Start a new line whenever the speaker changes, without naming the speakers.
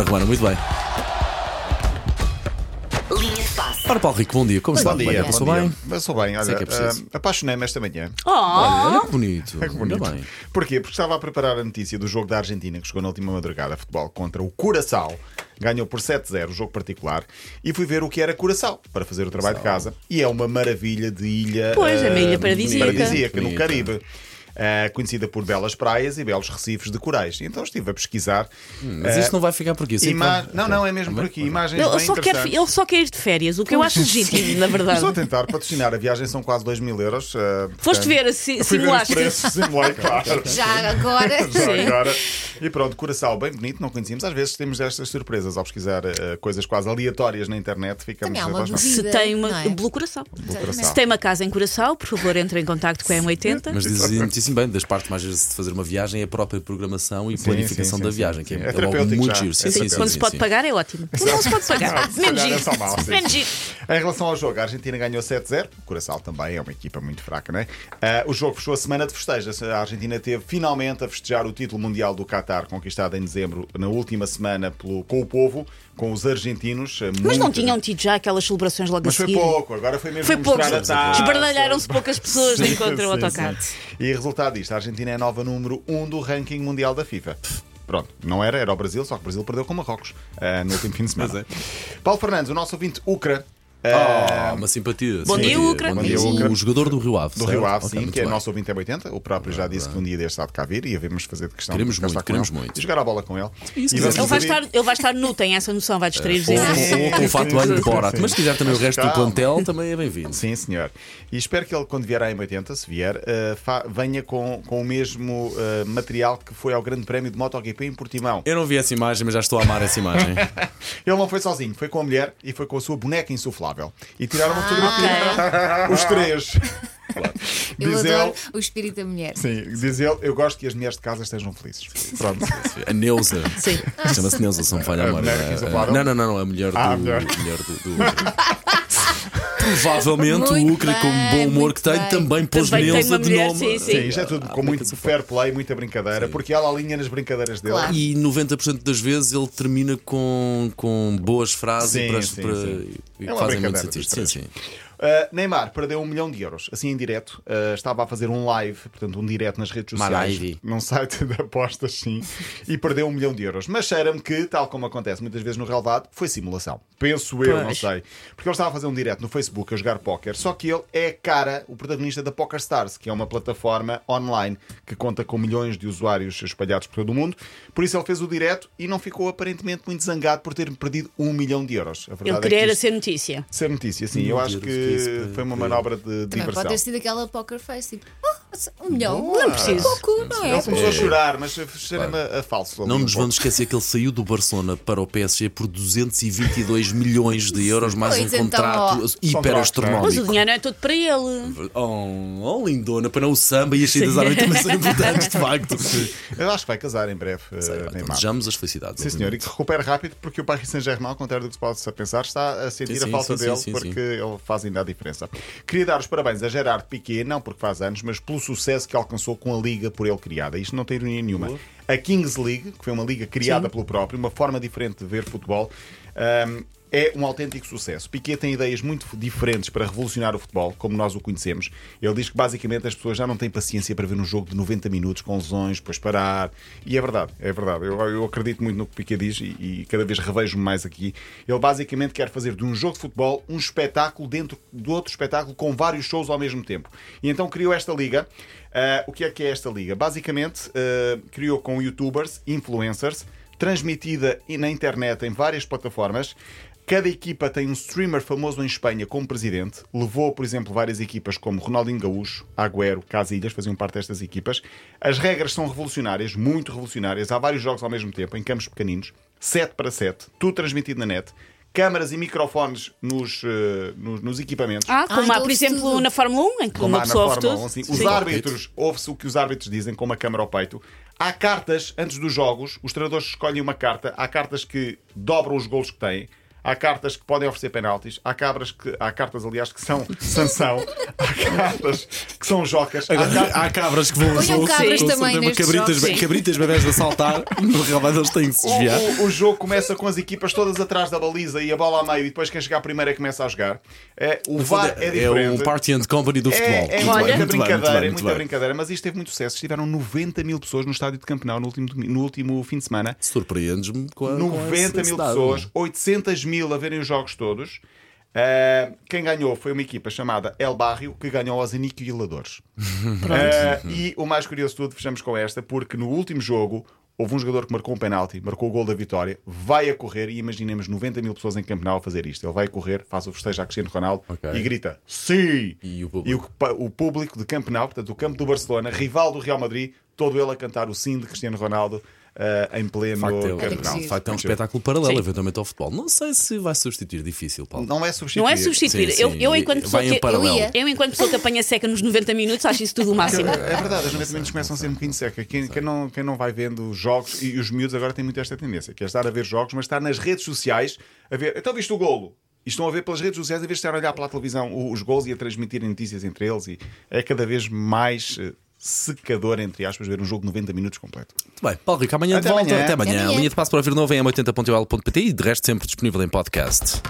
equipa romana, muito bem.
Linha de passe.
Ora, Paulo Rico, bom dia. Como está?
Bom dia,
bem, passou bem?
Eu sou bem, olha,
Sei que é preciso.
ah, apaixonei-me esta manhã.
Olha,
Oh,
que bonito.
É que bonito.
Ainda bem.
Porquê? Porque estava a preparar a notícia do jogo da Argentina que chegou na última madrugada futebol contra o Curaçao. Ganhou por 7-0 o jogo particular e fui ver o que era Curaçao para fazer o trabalho de casa. E é uma maravilha de ilha.
Pois, é uma
ah,
ilha paradisíaca.
paradisíaca, no
Bonita.
Caribe. ah, conhecida por belas praias e belos recifes de corais. Então estive a pesquisar.
Hum, Mas
ah,
isto não vai ficar por aqui. assim,
ima-
pronto.
Não,
Ok.
não, é mesmo por aqui. Imagens
ele,
bem
só quer,
interessantes.
ele só quer ir de férias, o que eu acho legítimo, na verdade.
Estou a tentar patrocinar a viagem, são quase 2 mil euros. ah,
Foste
portanto,
ver, si-
fui ver os
simulaste.
preços, simulei, claro.
Já agora.
Já
Sim.
agora. E pronto, coração bem bonito, não conhecíamos. Às vezes temos estas surpresas ao pesquisar eh, coisas quase aleatórias na internet, ficamos
Também há uma
apaixonados.
Se
Vida,
tem
não
uma.
é?
Pelo coração.
Curaçao.
Se tem uma casa em coração, por favor, entre em contato com a M80.
Mas dizem muitíssimo bem, das partes mais vezes de fazer uma viagem é a própria programação e planificação
sim,
da
sim,
viagem,
sim,
que
sim.
é,
É
é logo
terapêutico
muito
já,
giro. Sim,
é
sim,
terapêutico.
sim,
Quando se
sim,
pode
sim.
pagar é ótimo. Quando não se pode pagar.
Se
Menos
calhar é
giro.
só mal, sim.
Menos giro.
Em relação ao jogo, a Argentina ganhou 7-0. O Curaçao também é uma equipa muito fraca, não é? Ah, o jogo fechou a semana de festejos. A Argentina teve finalmente a festejar o título mundial do Qatar, conquistado em dezembro, na última semana pelo, com o povo, com os argentinos. Ah,
Mas não
muita-
tinham tido já aquelas celebrações logo
Mas
a
foi
seguir?
pouco, agora foi mesmo
Foi pouco.
mostrar a taça.
Esbardalharam-se poucas pessoas de encontro ao
Sim,
autocarro.
sim. E resultado disto, a Argentina é a nova número 1 um do ranking mundial da FIFA. Pronto, não era, era o Brasil, só que o Brasil perdeu com o Marrocos ah, no último fim de semana.
é.
Paulo Fernandes, o nosso ouvinte Ucra. ah,
Ah, uma simpatia.
Bom dia,
simpatia.
Ucra.
Bom dia, Ucra. O jogador do Rio Ave.
Do
certo?
Rio Ave,
Ok,
sim,
muito
que é
bem.
nosso ouvinte M80. O próprio já disse que um dia deste há de cá vir e havemos fazer de questão
Queremos
de gastar
muito,
com
queremos
ele
muito.
E jogar a bola com ele.
E se
E
quiser-
vamos
Ele vai,
abrir-
estar, ele vai estar nu, tem essa noção, vai distrair-vos.
É,
Ou,
imenso.
ou- ou com o fato olho de Borat. Mas se quiser também o resto do
Calma.
plantel, também é bem-vindo.
Sim, senhor. E espero que ele, quando vier à M80, se vier, eh, fa- venha com, com o mesmo eh, material que foi ao Grande Prémio de MotoGP em Portimão.
Eu não vi essa imagem, mas já estou a amar essa imagem.
Ele não foi sozinho, foi com a mulher e foi com a sua boneca insuflável. E tiraram
Ah,
uma fotografia. Os três.
Eu
Diz
adoro
ele.
o espírito da mulher.
Sim, diz ele, eu gosto que as mulheres de casa estejam felizes. Pronto.
A Neuza.
Sim.
Chama-se Neuza, se não me falha a
A
memória.
mulher que
É,
quis
é,
falar?
Não, não, não, não, a mulher do.
Ah, a mulher.
mulher do- do- Provavelmente o
Muito
Ucra, com o bom
bem,
humor
muito
que tem,
bem.
também pôs
Também tem
Neuza
uma
de
mulher,
nome.
sim, sim.
Sim, isto é tudo com muito fair play, muita brincadeira, porque ela alinha nas brincadeiras dele.
Claro.
E 90% das vezes ele termina com, com boas frases
Sim,
para,
sim,
para-
sim.
e
É uma
fazem muito
brincadeira
sentido.
dos
Sim,
três.
sim.
Uh, Neymar perdeu um milhão de euros, assim em direto. Uh, estava a fazer um live, portanto, um direto nas redes
Uma
sociais,
live.
num site de apostas, sim, e perdeu um milhão de euros. Mas cheira-me que, tal como acontece muitas vezes no relevado, foi simulação. Penso eu, não
Pois.
sei. Porque ele estava a fazer um direto no Facebook a jogar póquer, só que ele é a cara, o protagonista da Poker Stars, que é uma plataforma online que conta com milhões de usuários espalhados por todo o mundo. Por isso ele fez o direto e não ficou aparentemente muito zangado por ter perdido um milhão de euros. A verdade
Ele
é que
queria era
isto-
ser notícia.
Ser notícia, sim.
Meu
eu
Deus, é
acho
fiquei super-
que foi uma manobra de
Também
diversão.
pode ter sido aquela poker face. Tipo, ah, um milhão.
Boa.
Não preciso. Pouco, não é?
Ele começou a chorar, mas cheira-me a- a falso. ali
Não
um
nos
pouco.
vamos esquecer que ele saiu do Barcelona para o PSG por 222 milhões de euros, mais
Pois
um
então,
contrato
ó.
hiper
Mas o
astronómico.
dinheiro não é todo para ele.
Oh, oh, lindona, para não o samba e as saídas à noite também são importantes, de facto.
Eu acho que vai casar em breve, eh,
Sei lá,
É,
então,
Neymar.
Desejamos as felicidades.
Sim, senhor, e que recupere rápido, porque o Paris Saint-Germain, ao contrário do que se pode pensar, está a sentir
Sim, sim,
a falta
sim, sim,
dele,
sim,
porque
sim.
ele faz ainda a diferença. Queria dar os parabéns a Gerard Piquet, não porque faz anos, mas pelo sucesso que alcançou com a liga por ele criada. Isto não tem ironia nenhuma. A Kings League, que foi uma liga criada pelo próprio, uma forma diferente de ver futebol. hum, é um autêntico sucesso. Piquet tem ideias muito diferentes para revolucionar o futebol, como nós o conhecemos. Ele diz que basicamente as pessoas já não têm paciência para ver um jogo de 90 minutos com lesões, depois parar. E é verdade, é verdade. Eu, eu acredito muito no que Piquet diz e, e cada vez revejo-me mais aqui. Ele basicamente quer fazer de um jogo de futebol um espetáculo dentro do outro espetáculo com vários shows ao mesmo tempo. E então criou esta liga. Ah, o que é que é esta liga? Basicamente ah, criou com youtubers, influencers transmitida e na internet em várias plataformas. Cada equipa tem um streamer famoso em Espanha como presidente. Levou, por exemplo, várias equipas como Ronaldinho Gaúcho, Agüero, Casilhas, faziam parte destas equipas. As regras são revolucionárias, muito revolucionárias. Há vários jogos ao mesmo tempo, em campos pequeninos, 7 para 7, tudo transmitido na net. Câmaras e microfones nos, eh, nos, nos equipamentos.
Ah, como há,
então
por
isso
exemplo,
tudo.
na Fórmula 1, em que
Como
uma
há na
pessoa ouve
Fórmula 1,
tudo.
assim,
Sim.
os árbitros, ouve-se o que os árbitros dizem com uma câmara ao peito. Há cartas antes dos jogos, os treinadores escolhem uma carta, há cartas que dobram os golos que têm. Há cartas que podem oferecer penaltis, há, cabras que, há cartas, aliás, que são sanção, há cartas que são jocas, há
Agora,
cartas
há cabras que vão
Ponham
vão-
cabras
vão-
também
vão-
nestes
cabritas,
jogos, sim.
cabritas bebés a saltar, no relvado eles têm que se desviar.
O, o- o jogo começa com as equipas todas atrás da baliza e a bola a meio, e depois quem chegar primeiro é que começa a jogar. É, o VAR é
o
diferente.
party and company do futebol.
É,
Olha.
é muita
Muito bem, muito
brincadeira,
bem,
é
muito
muita
bem.
brincadeira, mas isto teve muito sucesso. Estiveram 90 mil pessoas no estádio de Campeonato no último, domi- no último fim de semana.
Surpreendes-me com a. é? com a
90 mil
intensidade.
pessoas, 800 mil a verem os jogos todos. Ah, quem ganhou foi uma equipa chamada El Barrio, que ganhou aos aniquiladores. Ah, e o mais curioso de tudo, fechamos com esta, porque no último jogo houve um jogador que marcou um penalti, marcou o gol da vitória, vai a correr, e imaginemos 90 mil pessoas em Campeonato a fazer isto. Ele vai a correr, faz o festejo a Cristiano Ronaldo
Ok.
e grita sim!
E o público?
o, pa- o público de Campeonato, portanto, o campo do Barcelona, rival do Real Madrid, todo ele a cantar o sim de Cristiano Ronaldo. ah, em pleno
De facto, é, um-
campeonato.
Era preciso.
de facto, é um espetáculo paralelo, eventualmente, ao futebol. Não sei se vai substituir difícil, Paulo.
Não é substituir.
Não é substituir.
Sim,
Eu,
sim.
eu, enquanto pessoa
Vai em
que,
paralelo.
Eu ia.
eu, enquanto pessoa que apanha seca nos 90 minutos, acho isso tudo o máximo.
É verdade, as 90 minutos começam a ser um bocadinho seca. Quem, quem não, quem não vai vendo os jogos, e os miúdos agora têm muito esta tendência, que é estar a ver jogos, mas estar nas redes sociais a ver. Então viste o golo? E estão a ver pelas redes sociais, em vez de estar a olhar pela televisão o- os golos e a transmitirem notícias entre eles. E é cada vez mais eh, secador, entre aspas, ver um jogo de 90 minutos completo.
Muito bem, Paulo Rico, amanhã
Até
de volta.
amanhã.
Até
Até
amanhã.
amanhã.
A linha de passo para ouvir novo é m80.ol.pt e de resto sempre disponível em podcast.